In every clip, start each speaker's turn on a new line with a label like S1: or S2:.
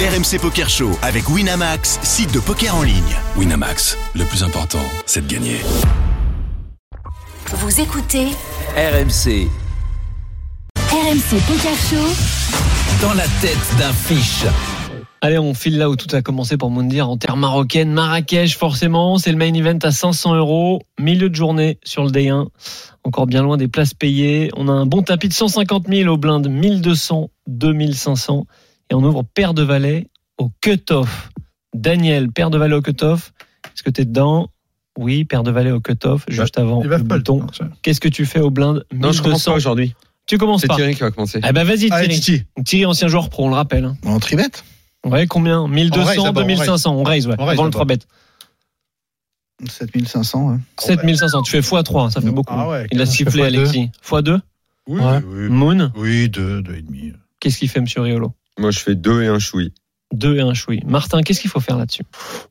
S1: RMC Poker Show avec Winamax, site de poker en ligne.
S2: Winamax, le plus important, c'est de gagner.
S3: Vous écoutez
S4: RMC,
S3: RMC Poker Show.
S4: dans la tête d'un fiche.
S5: Allez, on file là où tout a commencé pour Moundir en terre marocaine, Marrakech forcément. C'est le main event à 500 euros, milieu de journée sur le D1. Encore bien loin des places payées. On a un bon tapis de 150 000 au blind, 1200, 2500. Et on ouvre Père de Valais au cut-off. Daniel, Père de Valais au cut-off. Est-ce que t'es dedans Oui, Père de Valais au cut-off, juste avant
S6: Ils
S5: le
S6: veulent pas le
S5: bouton.
S6: temps. ça.
S5: Qu'est-ce que tu fais au blind 1200
S7: Non, je commence pas aujourd'hui.
S5: Tu commences
S7: C'est
S5: pas.
S7: Thierry qui va commencer.
S5: Ah bah vas-y
S6: Ah,
S5: Thierry.
S6: Titi,
S5: Thierry, ancien joueur pro, on le rappelle. hein.
S6: en tribette
S5: Ouais, combien
S6: On raise
S5: 1200,
S6: d'abord, on raise.
S5: 2500. On raise, ouais.
S6: On raise
S5: avant le 3
S6: d'abord.
S5: bêtes.
S6: 7500. ouais.
S5: 7500. Tu fais x3, ça fait beaucoup.
S6: Ah ouais,
S5: Il a
S6: je fais
S5: sifflé,
S6: fois
S5: Alexis. x2.
S6: Oui,
S5: Ouais.
S6: oui.
S5: Moon.
S6: Oui, deux, deux et demi.
S5: Qu'est-ce qu'il fait, monsieur Riolo
S7: Moi, je fais deux et un chouï.
S5: 2 et 1 choui. Martin, qu'est-ce qu'il faut faire là-dessus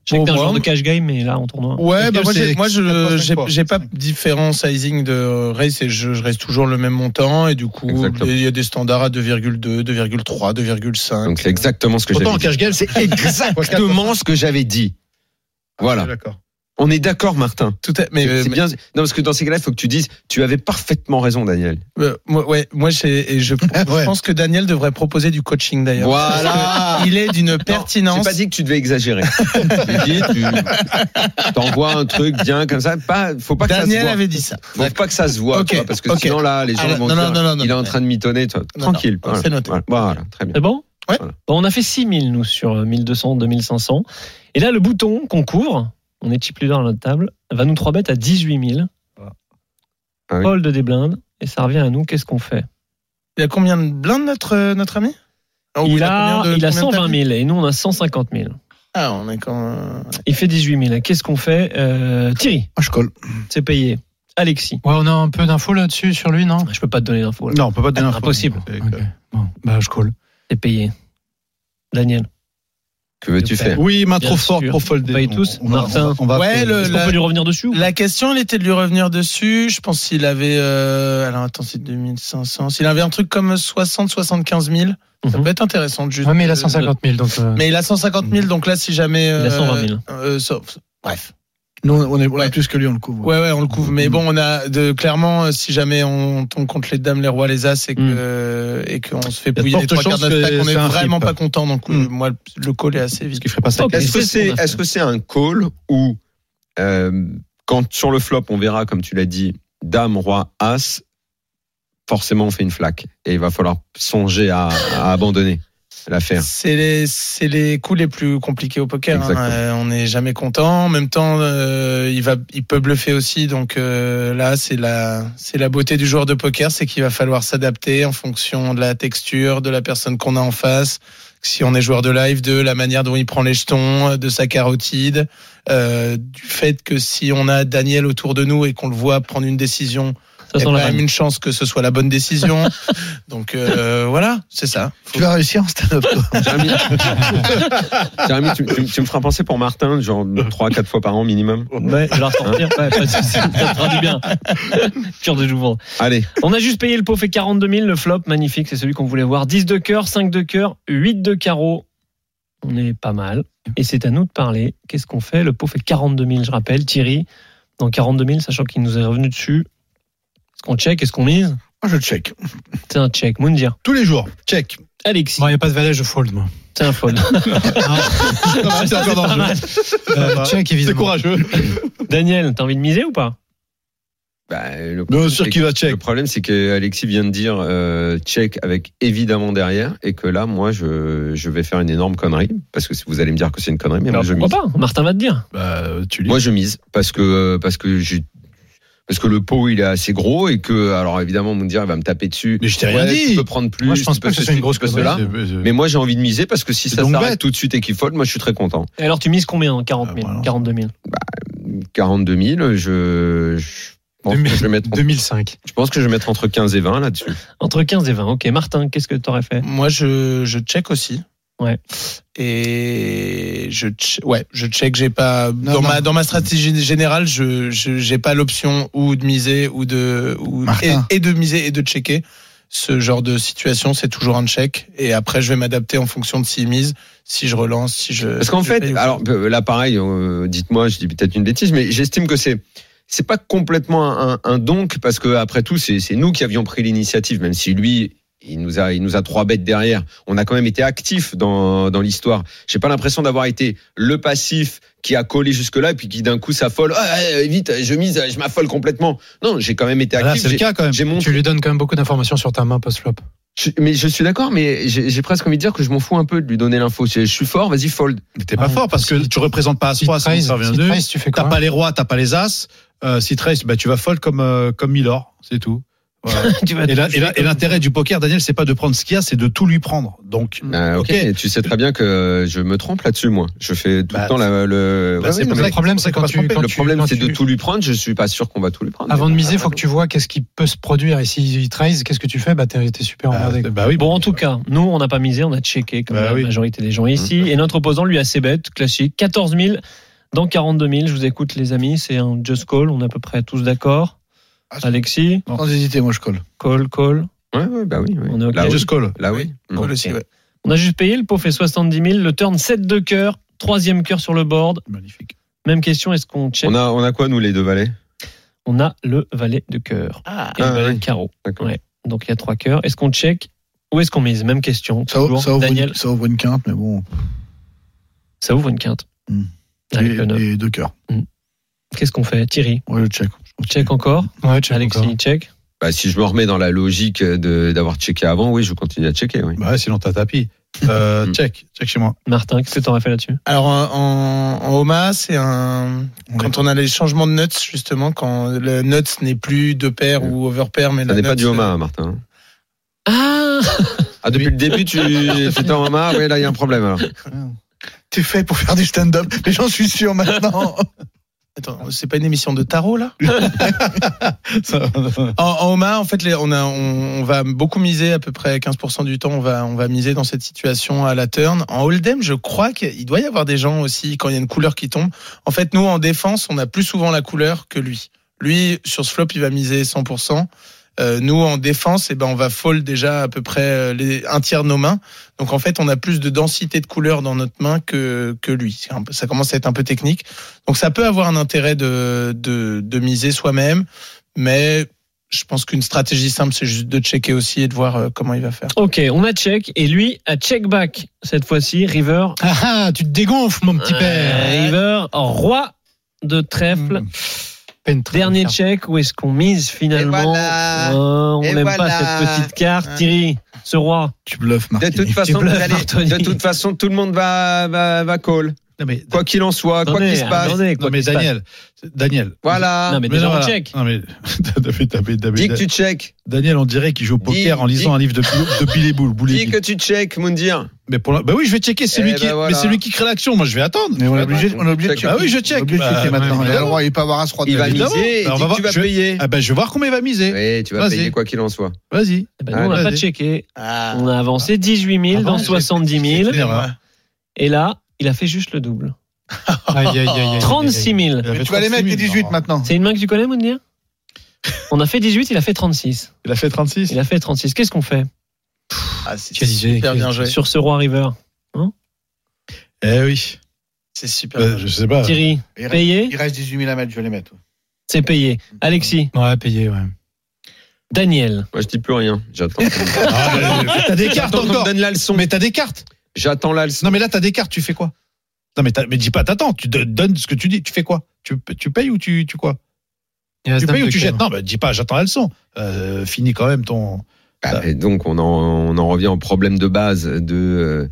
S5: Je sais que
S8: Bon,
S5: t'es un
S8: moi,
S5: joueur de cash game, mais là, on tourne.
S8: Ouais, bah
S6: Parce
S8: moi,
S6: que
S8: j'ai-
S6: c'est
S8: moi je
S6: 85
S8: j'ai
S6: fois.
S8: j'ai pas de différent sizing de race et je, je reste toujours le même montant et du coup
S7: Exactement.
S8: il y a des standards à 2,2, 2,3, 2,5.
S7: Donc, c'est exactement ce que
S6: Autant en
S7: j'avais dit.
S6: cash game, c'est
S7: Exactement ce que j'avais dit. Voilà.
S6: D'accord.
S7: On est d'accord, Martin.
S8: Tout à, mais, euh,
S7: C'est
S8: mais-
S7: bien. Non, parce que dans ces cas-là, il faut que tu dises, tu avais parfaitement raison, Daniel.
S8: euh, moi, ouais, moi j'ai- et je,
S6: Ouais.
S8: je pense que Daniel devrait proposer du coaching d'ailleurs.
S7: Voilà.
S8: Il est d'une
S7: J'ai
S8: pertinence.
S7: pas dit que tu devais exagérer. J'ai dit, tu t'envoies un truc bien comme ça. Pas, faut pas que
S8: Daniel
S7: ça se voit.
S8: avait dit ça.
S7: Faut pas que ça se voit,
S8: Ok,
S7: tu vois, parce que
S8: ok.
S7: sinon là, les gens
S8: Ah,
S7: vont
S8: non,
S7: dire,
S8: non, non, non, non.
S7: il est en train de mitonner. tu vois.
S8: Non, non.
S7: Tranquille. voilà.
S8: C'est noté.
S7: Voilà, voilà, très bien.
S5: C'est bon
S8: Ouais.
S5: Voilà. Bon, on a fait 6000, nous, sur euh, 1200, 2500. Et là, le bouton qu'on couvre, on est chip leader à notre table, va nous 3 bêtes à 18000.
S7: Ah oui.
S5: Paul de des blindes. Et ça revient à nous, qu'est-ce qu'on fait
S8: Il a combien de blindes notre euh, notre ami
S6: Ah
S8: Oh,
S5: il, a,
S8: combien de-
S5: il a
S8: combien de
S5: 120 000 et nous, on a 150 000.
S8: tapis Ah, on est quand
S5: Il fait 18 000. Qu'est-ce qu'on fait Euh, Thierry,
S6: Ah, je colle.
S5: c'est payé. Alexis,
S9: Ouais, on a un peu d'infos là-dessus sur lui, non
S5: je peux pas te donner d'infos. là.
S6: Non, on peut pas te donner un
S5: Impossible.
S9: Ok. Bon, bah je colle.
S5: C'est payé. Daniel,
S7: Que veux-tu faire
S6: Oui, main
S5: Bien
S6: trop
S5: sûr.
S6: forte pour folder.
S5: On paye tous.
S6: On, on va-
S5: Martin.
S6: on va, on va
S8: Ouais,
S6: appeler-
S8: le-
S5: est-ce qu'on
S8: la-
S5: peut lui revenir dessus ou-
S8: La question, elle était de lui revenir dessus. Je pense qu'il avait. Euh... Alors attends, c'est 2500. S'il avait un truc comme 60, 75 000, ça
S5: Mhm.
S8: peut être intéressant. de Juste.
S9: Ouais, mais il a 150 000, donc. euh,
S8: Mais il a 150
S6: Mhm.
S8: 000, donc là, si jamais.
S5: a 120 000.
S8: euh, sauf- Bref.
S6: Nous, on est on est
S8: Ouais.
S6: plus que lui, on le couvre.
S8: Ouais, ouais, on le couvre.
S6: Mhm.
S8: Mais bon, on a de, clairement, euh, si jamais on tombe contre les dames, les rois, les as, et que euh,
S5: Mhm.
S8: et qu'on se fait
S6: de
S8: pouiller
S6: fortes
S8: les trois quarts
S6: chances
S8: de stack,
S6: que
S8: on est
S6: c'est un
S8: vraiment
S6: flip.
S8: pas content. Donc euh,
S6: Mhm.
S8: moi, le call est assez vite.
S6: Parce qu'il ferait pas ça.
S5: Ok.
S7: Est-ce que
S5: c'est ce
S7: c'est
S5: qu'on a fait.
S7: est-ce que c'est un call ou euh, quand sur le flop on verra comme tu l'as dit dame roi as forcément on fait une flaque et il va falloir songer à, à abandonner l'affaire.
S8: C'est les, c'est les coups les plus compliqués au poker. hein.
S7: Exactement.
S8: Euh, on n'est jamais content. En même temps, euh, il va, il peut bluffer aussi. Donc euh, là, c'est la, c'est la beauté du joueur de poker, c'est qu'il va falloir s'adapter en fonction de la texture, de la personne qu'on a en face. Si on est joueur de live, de la manière dont il prend les jetons, de sa carotide, euh, du fait que si on a Daniel autour de nous et qu'on le voit prendre une
S5: Ça
S8: décision, il y a
S5: sent
S8: quand
S5: la
S8: même
S5: vanne.
S8: une chance que ce soit la bonne décision. donc euh, voilà, c'est ça.
S6: Tu vas réussir en stand-up. toi.
S7: Jérémy, Jérémy, tu, tu- tu me feras penser pour Martin genre trois quatre fois par an minimum.
S5: Ouais, je vais la ressortir. Ouais, pas de soucis. Ça fera du bien. Cure de jouvence.
S7: Allez
S5: On a juste payé le pot, fait 42 000. Le flop, magnifique, c'est celui qu'on voulait voir. 10 de cœur, 5 de cœur, 8 de carreau. On est pas mal. Et c'est à nous de parler. Qu'est-ce qu'on fait Le pot fait 42 000, je rappelle. Thierry, dans 42 000, sachant qu'il nous est revenu dessus. Est-ce qu'on check Est-ce qu'on mise
S6: Moi, je check.
S5: C'est un check. Moundir.
S6: Tous les jours. Check.
S5: Alexis,
S9: Bon, il n'y a pas de valet, je fold, moi.
S5: c'est un fold.
S6: Ah, c'est encore
S5: Pas
S6: dangereux.
S5: mal.
S9: Euh, check,
S6: Ah bah, C'est
S9: évidemment.
S6: courageux.
S5: Daniel, t'as envie de miser ou pas
S7: Bah, le
S6: Bien
S7: problème,
S6: sûr
S7: c'est
S6: qu'il va check.
S7: le problème, c'est que Alexis vient de dire euh, check avec évidemment derrière et que là moi je, je vais faire une énorme connerie parce que vous allez me dire que c'est une connerie mais moi je
S5: Bah, Pourquoi
S7: mise.
S5: pas Martin va te dire.
S6: Bah, tu lis.
S7: Moi, je mise parce que euh, parce que j'ai parce que le pot il est assez gros et que alors évidemment on il va me taper dessus.
S6: Mais je t'ai rien
S7: Ouais,
S6: dit.
S7: Tu peux prendre plus.
S9: Moi, je pense
S7: tu
S9: pas
S7: peux
S9: que ce
S7: ceci,
S9: soit une grosse
S7: tu peux
S9: connerie. euh.
S7: cela. Mais moi j'ai envie de miser parce que si
S6: C'est
S7: ça
S6: donc
S7: s'arrête
S6: bête.
S7: tout de suite et qu'il fold, moi je suis très content.
S5: Et alors, tu mises combien en 40 000
S7: bah,
S6: Ah, voilà.
S5: 42 000.
S7: 42 000, je, je pense que
S9: 2000,
S7: je vais mettre
S9: 2005.
S7: je pense que je vais mettre entre 15 et 20 là-dessus.
S5: Entre 15 et 20. Ok, Martin, qu'est-ce que t'aurais fait
S8: Moi, je, je check aussi.
S5: Ouais.
S8: Et je che- ouais, je check. J'ai pas
S6: Non,
S8: dans
S6: non.
S8: ma dans ma stratégie générale, je je- j'ai pas l'option ou de miser ou de ou
S6: Martin.
S8: et, et de miser et de checker. ce genre de situation, c'est toujours un check. Et après, je vais m'adapter en fonction de s'il mise, si je relance, si je.
S7: Parce qu'en
S8: je paye
S7: fait,
S8: ou-
S7: alors euh, là pareil, euh, dites-moi, je dis peut-être une bêtise, mais j'estime que c'est c'est pas complètement un, un donc parce que après tout, c'est c'est nous qui avions pris l'initiative, même si lui. Il nous a, il nous a trois bêtes derrière. On a quand même été actif dans, dans l'histoire. J'ai pas l'impression d'avoir été le passif qui a collé jusque là et puis qui d'un coup s'affole. Ah, ah, vite, je mise, je m'affole complètement. Non, j'ai quand même été
S9: Ah, Là,
S7: actif.
S9: c'est le
S7: J'ai-
S9: cas quand
S7: j'ai
S9: même.
S7: mon-
S9: Tu lui donnes quand même beaucoup d'informations sur ta main post-flop.
S7: je- mais je suis d'accord, mais j'ai j'ai presque envie de dire que je m'en fous un peu de lui donner l'info. Je, je suis fort, vas-y fold.
S6: Mais t'es pas
S9: Ah,
S6: fort parce que tu représentes Ah, pas
S9: Si
S6: As-3, sinon
S9: trahis,
S6: ça revient
S9: si
S6: deux.
S9: trahis, tu fais
S6: T'as
S9: quoi
S6: pas les rois, t'as pas les as. Euh, si trace, bah, tu vas fold comme, euh, comme Milor, c'est tout. Voilà.
S5: Tu vas-
S6: et la- et la- et l'intérêt du poker, Daniel, c'est pas de prendre ce qu'il y a, c'est de tout lui prendre. Donc,
S7: Ah, ok,
S6: Ok.
S7: mais tu sais très bien que je me trompe là-dessus, moi. Je fais tout
S6: Bah,
S7: le temps la- le.
S6: bah,
S7: Ouais,
S6: c'est
S7: oui,
S6: pour
S7: non,
S6: ça
S9: Le
S7: mais
S6: que-
S9: problème, c'est
S6: c'est
S9: quand
S6: pas
S9: tu.
S6: trompé.
S9: quand
S7: le
S9: tu-
S7: problème,
S9: quand
S7: c'est de
S9: tu-
S7: tout lui prendre. Je suis pas sûr qu'on va tout lui prendre.
S9: Avant de miser, il faut que tu vois qu'est-ce qui peut se produire. Et s'il trahis, qu'est-ce que tu fais Bah, t'es t'es super
S6: bah,
S9: emmerdé. quoi.
S6: bah oui,
S5: Bon, en tout cas, nous, on n'a pas misé, on a checké, comme
S6: Bah
S5: la
S6: oui. Mmh.
S5: majorité des gens ici. Et notre opposant, lui, a ses bêtes, classique, 14 000 dans 42 000. Je vous écoute, les amis, c'est un just call, on est à peu près tous d'accord.
S6: Ah, c'est-
S5: Alexis,
S6: Sans hésiter, moi je colle.
S5: call, call.
S7: Ouais, ouais, bah oui. oui.
S5: On est ok.
S7: Là, oui.
S6: Just call.
S7: Là, oui.
S8: Cool
S7: Mm.
S8: aussi, ouais.
S5: On a juste payé, le pot fait 70 000, le turn 7 de cœur, troisième cœur sur le board.
S6: Magnifique.
S5: Même question, est-ce qu'on check
S7: On a, on a quoi, nous, les deux valets
S5: On a le valet de cœur et
S7: Ah,
S5: le valet
S7: oui.
S5: de carreau.
S7: D'accord.
S5: Ouais. Donc il y a trois cœurs. Est-ce qu'on check ou est-ce qu'on mise Même question. toujours. Daniel,
S6: ça ouvre une quinte, mais bon.
S5: ça ouvre une quinte.
S6: Hmm.
S5: Avec le neuf.
S6: deux cœurs.
S5: Qu'est-ce qu'on fait Thierry,
S6: Ouais, le check.
S5: on check encore
S9: Ouais, check
S5: Alexis,
S9: encore.
S5: check.
S7: Bah, si je me remets dans la logique de d'avoir checké avant, oui, je continue à checker. Oui.
S6: Bah ouais, sinon t'as tapis. Euh, check, check chez moi.
S5: Martin, qu'est-ce que t'aurais fait là-dessus
S8: Alors en, en Oma, c'est un quand on a les changements de nuts justement, quand le nuts n'est plus deux paires ou over pair, mais
S7: Ça
S8: la
S7: n'est pas
S8: nuts,
S7: du Homa, Martin. hein.
S5: Ah
S7: Ah, depuis le début, tu tu t'es en Homa Oui, là, il y a un problème. alors.
S6: T'es fait pour faire du stand-up, mais j'en suis sûr maintenant.
S8: Attends, c'est pas une émission de tarot là
S6: Ça-
S8: En, en Omaha, en fait, les- on, a, on, on va beaucoup miser, à peu près 15% du temps, on va, on va miser dans cette situation à la turn. En Hold'em, je crois qu'il doit y avoir des gens aussi, quand il y a une couleur qui tombe. En fait, nous, en défense, on a plus souvent la couleur que lui. Lui, sur ce flop, il va miser 100%. Euh, nous, en défense, eh ben, on va fold déjà à peu près euh, les, un tiers de nos mains. Donc, en fait, on a plus de densité de couleurs dans notre main que, que lui. C'est un peu- Ça commence à être un peu technique. Donc, ça peut avoir un intérêt de, de, de miser soi-même. Mais je pense qu'une stratégie simple, c'est juste de checker aussi et de voir euh, comment il va faire.
S5: Ok, on a check et lui a check back. Cette fois-ci, River.
S9: Ah ah, tu te dégonfles, mon petit
S5: Euh,
S9: père.
S5: River, roi de trèfle.
S9: Peine très
S5: Dernier
S9: bizarre.
S5: check, où est-ce qu'on mise finalement
S7: Et voilà.
S5: Euh, On
S7: Et
S5: n'aime pas
S7: voilà.
S5: cette petite carte. Thierry, ce roi.
S6: Tu bluffes,
S7: De
S6: Martin.
S7: toute façon, vous
S5: bluffes,
S7: allez-
S5: Anthony.
S7: de toute façon, tout le monde va, va, va call.
S6: Non, mais,
S7: Quoi qu'il en soit, quoi
S5: Attendez,
S7: qu'il se passe.
S5: attendez, quoi
S6: non, mais
S5: qu'il se passe.
S6: Daniel, Daniel.
S7: Voilà.
S5: Non, mais déjà, on
S6: voilà.
S5: check.
S6: Non, mais, non, mais- non, mais- non, mais-
S7: Dis que tu check.
S6: Daniel, on dirait qu'il joue au poker
S7: Dis-
S6: en lisant
S7: dis-
S6: un livre de, de Billy Bull. Bully
S7: Dis
S6: Bill.
S7: que tu check, Moundir.
S6: Mais pour la- bah oui, je vais checker. C'est
S7: Eh
S6: lui
S7: ben
S6: qui,
S7: voilà.
S6: mais c'est lui qui crée l'action. Moi, je vais attendre. Mais on
S7: est obligé- on est obligé de
S6: Bah
S7: checker.
S6: oui, je check.
S10: Obligé de
S6: Bah,
S10: checker maintenant.
S6: bah,
S10: Il a le droit, il peut avoir as roi de
S7: Il va
S6: évidemment.
S7: miser et
S6: Bah, on
S7: dis
S6: va
S7: que
S6: voir,
S7: tu vas
S6: je vais-
S7: payer.
S6: Ah bah, je vais voir combien il va miser.
S7: Oui, tu vas
S6: Vas-y.
S7: payer quoi qu'il en soit.
S6: Vas-y.
S5: Eh ben, nous, on
S7: Ouais,
S5: n'a pas
S6: vas-y.
S5: checké.
S8: Ah.
S5: On a avancé 18 000
S9: Ah
S5: dans
S9: bon,
S5: 70 000.
S6: une erreur.
S5: Et là, il a fait juste le double.
S9: Aïe, aïe, aïe, aïe, aïe, aïe.
S5: 36 000.
S6: Il a fait
S10: Tu vas les mettre les
S6: 36 000.
S10: 18 maintenant.
S5: C'est une main que tu connais, Mounir On a fait 18, il a fait 36.
S6: Il a fait 36.
S5: Il a fait 36. Qu'est-ce qu'on fait
S8: Ah, c'est
S9: Quelle idée,
S8: super
S9: quelle-
S8: bien joué.
S5: sur ce roi river
S6: Eh oui.
S8: C'est super.
S9: Euh,
S6: Bah,
S8: bien joué.
S6: je sais pas.
S5: Thierry,
S10: Il reste,
S5: payé
S10: il reste 18 000 à mettre, je vais les mettre.
S5: C'est payé.
S6: Mm.
S5: Alexis,
S9: Ouais, payé, ouais.
S5: Daniel.
S7: Moi, je dis plus rien. J'attends.
S6: Ah, mais- mais t'as des cartes
S7: J'attends qu'on me
S6: encore.
S7: donne la leçon.
S6: Mais t'as des cartes.
S7: J'attends la leçon.
S6: Non, mais là, t'as des cartes. Tu fais quoi Non, mais, t'as- mais dis pas, t'attends. Tu don- donnes ce que tu dis. Tu fais quoi tu, tu payes ou tu, tu quoi
S9: Il reste
S6: Tu
S9: un
S6: payes ou
S9: truc,
S6: tu
S9: ouais.
S6: jettes Non, mais dis pas, j'attends la leçon. Euh, finis quand même ton.
S7: Bah, mais donc, on en, on en revient au problème de base de,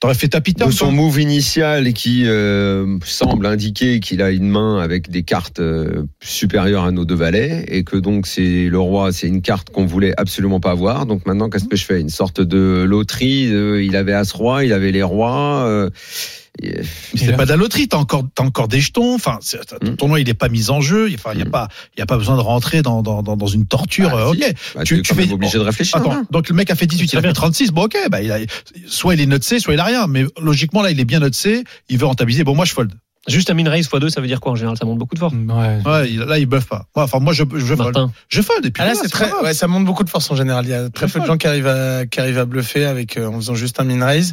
S6: T'aurais fait ta hein.
S7: euh,
S6: pita
S7: de son move initial qui euh, semble indiquer qu'il a une main avec des cartes euh, supérieures à nos deux valets et que donc c'est le roi, c'est une carte qu'on voulait absolument pas avoir. Donc maintenant, qu'est-ce que je fais Une sorte de loterie. euh, il avait as roi, il avait les rois. euh, et-
S6: Mais
S9: Et
S6: c'est
S9: là-
S6: pas de la loterie, t'as encore, t'as encore des jetons. Enfin, c'est- ton
S7: Mm.
S6: tournoi, il est pas mis en jeu. Enfin, il y a
S7: Mm.
S6: pas, il y a pas besoin de rentrer dans dans, dans, dans une torture.
S7: Ah,
S6: euh,
S7: si.
S6: ok.
S7: bah,
S6: Tu-
S7: tu, es
S6: tu
S7: quand même
S6: fais-
S7: obligé de réfléchir.
S6: Attends,
S7: hein.
S6: donc le mec a fait 18, il a fait 36. Bon, ok, bah, il a, soit il est noté, soit il a rien. Mais logiquement, là, il est bien noté. Il veut rentabiliser. Bon, moi, je fold.
S5: Juste un min raise x2, ça veut dire quoi en général Ça monte beaucoup de force.
S9: Ouais.
S6: Ouais, il- là, ils bluffent pas. Moi, Enfin, moi, je, Mm. je fold.
S5: Martin,
S6: Je fold. Et puis
S8: Ah là,
S6: voilà,
S8: c'est
S6: pas
S8: très,
S6: grave.
S8: ouais, ça monte beaucoup de force en général. Il y a très peu de gens qui arrivent à, qui arrivent à bluffer avec, euh, en faisant juste un min raise.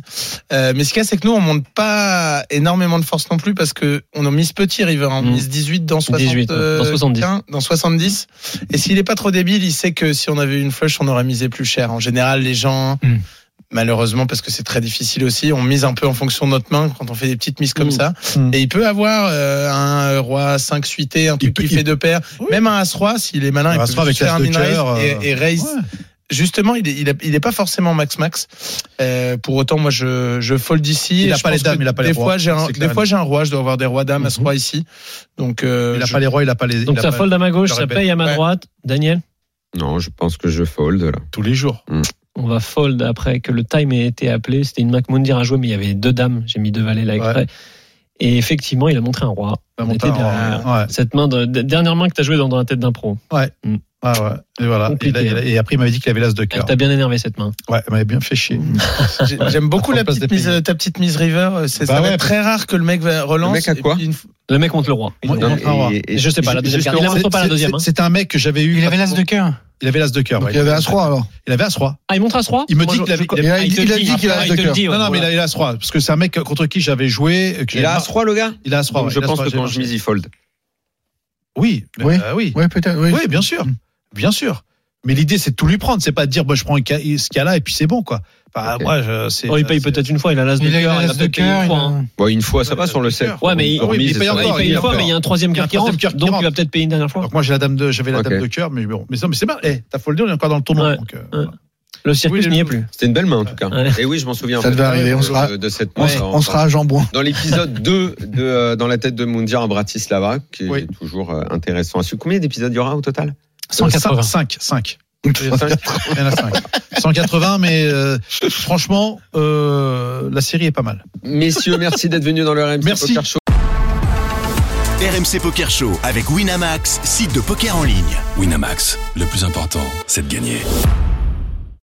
S8: Euh, mais ce qu'il y a, c'est que nous, on monte pas énormément de force non plus parce que on a mis petit river, on
S5: Mm.
S8: mise 18 dans 60,
S5: 18, ouais, dans 70.
S8: euh, dans 70. Et s'il est pas trop débile, il sait que si on avait eu une flush, on aurait misé plus cher. En général, les gens,
S9: Mm.
S8: malheureusement, parce que c'est très difficile aussi, on mise un peu en fonction de notre main quand on fait des petites mises comme
S5: Mm.
S8: ça.
S9: Mm.
S8: Et il peut avoir euh, un roi 5 suité, un truc
S6: peut-
S8: qui
S6: il-
S8: fait deux paires.
S6: Oui.
S8: Même un As-Roi, s'il est malin,
S6: Un
S8: il peut
S6: As-Roi
S8: juste
S6: avec
S8: faire un
S6: l'As de
S8: min-raise
S6: cœur, euh,
S8: et, et raise.
S6: Ouais.
S8: Justement, il est, il, a- il est pas forcément max-max. Euh, pour autant, moi, je, je fold ici.
S6: Il
S8: et
S6: a
S8: je
S6: pas
S8: pense
S6: les dames,
S8: que
S6: il a pas les
S8: des
S6: rois.
S8: Fois, j'ai un,
S6: C'est
S8: des
S6: clair.
S8: fois, j'ai un roi, je dois avoir des rois dames,
S6: Mhm.
S8: As-Roi ici. Donc, euh,
S6: Il a
S8: je-
S6: pas les rois, il a pas les.
S5: donc
S6: il a
S5: ça
S6: pas-
S5: fold à ma gauche,
S6: je
S5: ça
S6: répète.
S5: paye à ma
S8: Ouais.
S5: droite. Daniel,
S7: Non, je pense que je fold là.
S6: tous les jours.
S5: on va fold après que le time ait été appelé. C'était une MacMundir à jouer, mais il y avait deux dames. J'ai mis deux valets là exprès. Et effectivement, il a montré un roi.
S6: Bah,
S5: On
S6: mon
S5: était
S6: parent,
S5: derrière.
S6: ouais.
S5: Cette main, de, de- dernière main que t'as jouée dans, dans la tête d'un pro.
S6: Ouais, Ah ouais. Et voilà. Et,
S5: Compliqué.
S6: là, il a- et après, il m'avait dit qu'il avait l'as de
S5: Elle
S6: cœur.
S5: t'a bien énervé cette main.
S6: Ouais, il m'avait bien fait chier.
S8: j'ai- j'aime beaucoup
S6: Par
S8: la
S6: contre, passe
S8: petite
S6: des
S8: mise,
S6: pays.
S8: euh, ta petite mise river. Euh, C'est
S6: Bah
S8: ça va
S6: ouais.
S8: être très rare que le mec va- relance.
S7: mec a
S8: et
S7: quoi
S8: puis une f-
S5: Le mec monte le roi.
S6: Moi,
S5: évidemment.
S6: il- Ah, ouais.
S7: et- et-
S5: Je sais pas, la deuxième
S7: juste
S5: carte. Il a
S7: Laurent,
S5: montré pas la
S6: C'est-
S5: deuxième. hein.
S6: c'est- C'était un mec que j'avais eu.
S9: Il avait l'as de cœur.
S6: Il avait l'as de cœur.
S10: Donc
S6: ouais.
S10: il y avait As-Roi alors.
S6: Il avait as roi.
S5: Ah, il montre un roi
S6: Il me dit
S5: je-
S6: qu'il avait-
S5: je-
S6: il
S10: a-
S5: Ah, te
S10: il a
S5: le
S10: dit qu'il avait
S5: Ah,
S10: un
S5: il te le
S10: cœur.
S5: dit, ouais,
S6: Non, non, mais
S5: voilà.
S6: il avait l'as roi parce que c'est un mec contre qui j'avais joué. euh, que
S7: Il a
S6: j'avais-
S7: As-Roi le gars
S6: Il a as roi.
S7: Donc,
S6: ouais,
S7: Je
S6: il a
S7: pense
S6: As-Roi,
S7: que
S6: j'ai-
S7: quand je mise, il fold.
S6: Oui, bah,
S10: Oui.
S6: euh, oui.
S10: Oui, peut-être. Oui.
S6: Oui, bien sûr, bien sûr. Mais l'idée, c'est de tout lui prendre. C'est pas de dire, bah, je prends un ca- ce qu'il y a là et puis c'est bon, quoi. Bah,
S7: Ok.
S6: moi, je- c'est-
S5: Oh, il paye
S6: c'est-
S5: peut-être une fois, il a l'as de
S9: Il a eu
S5: cœur, il a
S9: l'as de
S5: peut-être payé
S9: cœur.
S5: une
S9: il
S5: fois.
S9: a-
S5: hein.
S7: Bon, une fois, ça
S6: Ouais,
S7: passe, on le sait.
S6: d'accord.
S5: Ouais, mais
S6: Ah oui, mais il
S7: Hormis,
S6: paye
S7: ça
S6: encore,
S7: serait-
S5: il paye une
S6: encore.
S5: fois, mais il y a un troisième
S6: Il y a
S5: cœur
S6: un
S5: qui
S6: troisième
S5: rentre.
S6: cœur qui
S5: Donc il va
S6: rentre.
S5: peut-être payer une dernière fois.
S6: Donc moi, j'ai la dame de, j'avais la dame
S7: Ok.
S6: de cœur, mais bon, mais, non, mais c'est bien. Eh, t'as foldé, on est encore dans le tournoi.
S5: Ouais.
S6: donc, euh,
S5: Ouais. Le circuit
S6: Oui,
S5: n'y est
S6: le-
S5: plus.
S7: C'était une belle main, en tout cas.
S5: Ouais.
S7: Et oui, je m'en souviens. Euh,
S10: Ça devait arriver, on
S7: de-
S10: sera-
S7: De cette
S10: On,
S7: main.
S10: se- on sera
S6: Ah,
S10: à Jambon.
S7: Dans l'épisode 2 de euh, Dans la tête de Mundir à Bratislava, qui
S6: Oui.
S7: est toujours euh, intéressant à suivre. Combien d'épisodes il y aura au total
S9: 180.
S6: 5, 5.
S7: Cinq
S6: Il y en a 5. 180, mais euh, franchement, euh, la série est pas mal.
S7: Messieurs, merci d'être venus dans le RMC
S6: Merci.
S7: Poker Show.
S1: RMC Poker Show avec Winamax, site de poker en ligne.
S2: Winamax, le plus important, c'est de gagner.